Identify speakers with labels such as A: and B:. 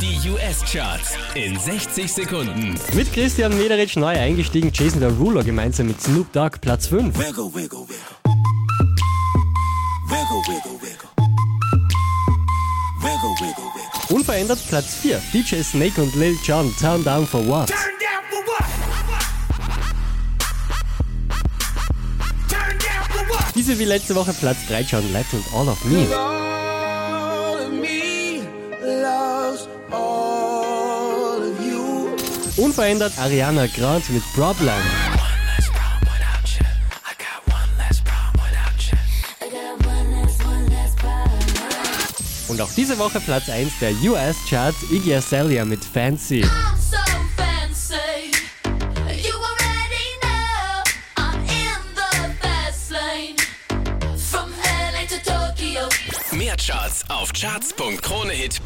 A: Die US-Charts in 60 Sekunden.
B: Mit Christian Mederich neu eingestiegen, Jason der Ruler gemeinsam mit Snoop Dogg Platz 5.
C: Wiggle, wiggle, wiggle. Wiggle, wiggle, wiggle. Wiggle, wiggle, wiggle.
B: Unverändert Platz 4. DJ Snake und Lil Jon Turn Down for What.
C: Turn down for what? Turn down for what?
B: Diese wie letzte Woche Platz 3 John Legend All of Me.
C: All of me loves all of you.
B: Unverändert Ariana Grande mit Problem. Und auch diese Woche Platz 1 der US-Charts Iggy Azalea mit Fancy.
D: I'm so fancy. You already know I'm in the fast lane. From LA to Tokyo.
A: Mehr Charts auf charts.kronehit.at.